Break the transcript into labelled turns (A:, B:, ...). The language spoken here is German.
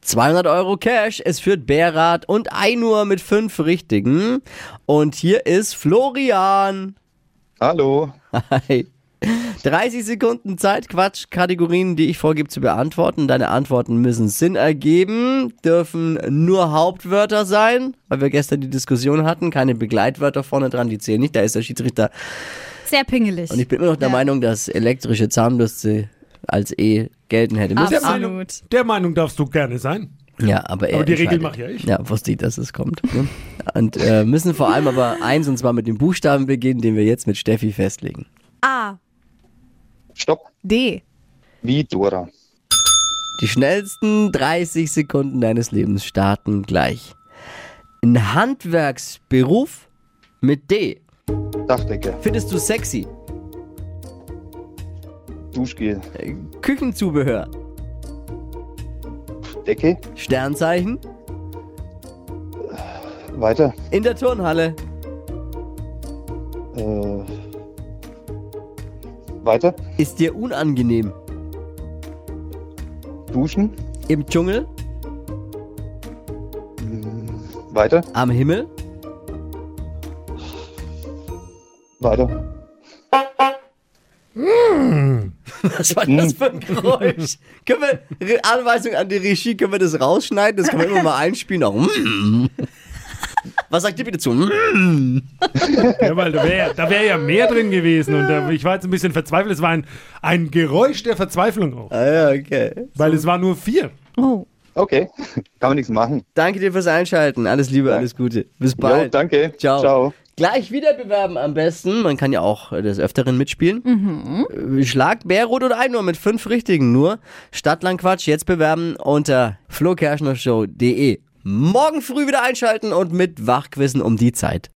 A: 200 Euro Cash. Es führt Berat und Einur mit fünf Richtigen. Und hier ist Florian.
B: Hallo.
A: Hi. 30 Sekunden Zeit, Quatsch, Kategorien, die ich vorgebe zu beantworten. Deine Antworten müssen Sinn ergeben, dürfen nur Hauptwörter sein, weil wir gestern die Diskussion hatten, keine Begleitwörter vorne dran, die zählen nicht, da ist der Schiedsrichter.
C: Sehr pingelig.
A: Und ich bin immer noch der
C: Ja.
A: Meinung, dass elektrische Zahnbürste als E gelten hätte müssen.
C: Absolut.
D: Der Meinung, der Meinung darfst du gerne sein.
A: Ja, aber, er
D: Aber die Regel
A: entscheidet.
D: mache ja ich.
A: Ja, wusste ich, dass es kommt. ne? Und äh, müssen vor allem aber eins und zwar mit dem Buchstaben beginnen, den wir jetzt mit Steffi festlegen.
C: A.
B: Stopp.
C: D.
B: Wie Dora.
A: Die schnellsten 30 Sekunden deines Lebens starten gleich. Ein Handwerksberuf mit D.
B: Dachdecker.
A: Findest du sexy?
B: Duschgel.
A: Äh, Küchenzubehör.
B: Decke.
A: Sternzeichen.
B: Weiter.
A: In der Turnhalle.
B: Äh, weiter.
A: Ist dir unangenehm.
B: Duschen.
A: Im Dschungel.
B: Weiter.
A: Am Himmel.
B: Weiter.
A: Was war das für ein Geräusch? können wir, Re- Anweisung an die Regie, können wir das rausschneiden? Das können wir immer mal einspielen. Auch. mm. Was sagt ihr bitte zu? mm?
D: Ja, weil da wäre da wär ja mehr drin gewesen. Und da, ich war jetzt ein bisschen verzweifelt. Es war ein, ein Geräusch der Verzweiflung auch.
A: Ah, ja, okay.
D: Weil es war nur vier.
C: Oh.
B: Okay. Kann man nichts machen.
A: Danke dir fürs Einschalten. Alles Liebe, alles Gute. Bis bald.
B: Jo, danke.
A: Ciao.
B: Ciao.
A: Gleich wieder bewerben am besten. Man kann ja auch äh, des Öfteren mitspielen. Äh, Schlag Bärrot oder Einur mit fünf Richtigen nur. Stadtlandquatsch jetzt bewerben unter flokerschnershow.de. Morgen früh wieder einschalten und mit Wachquissen um die Zeit.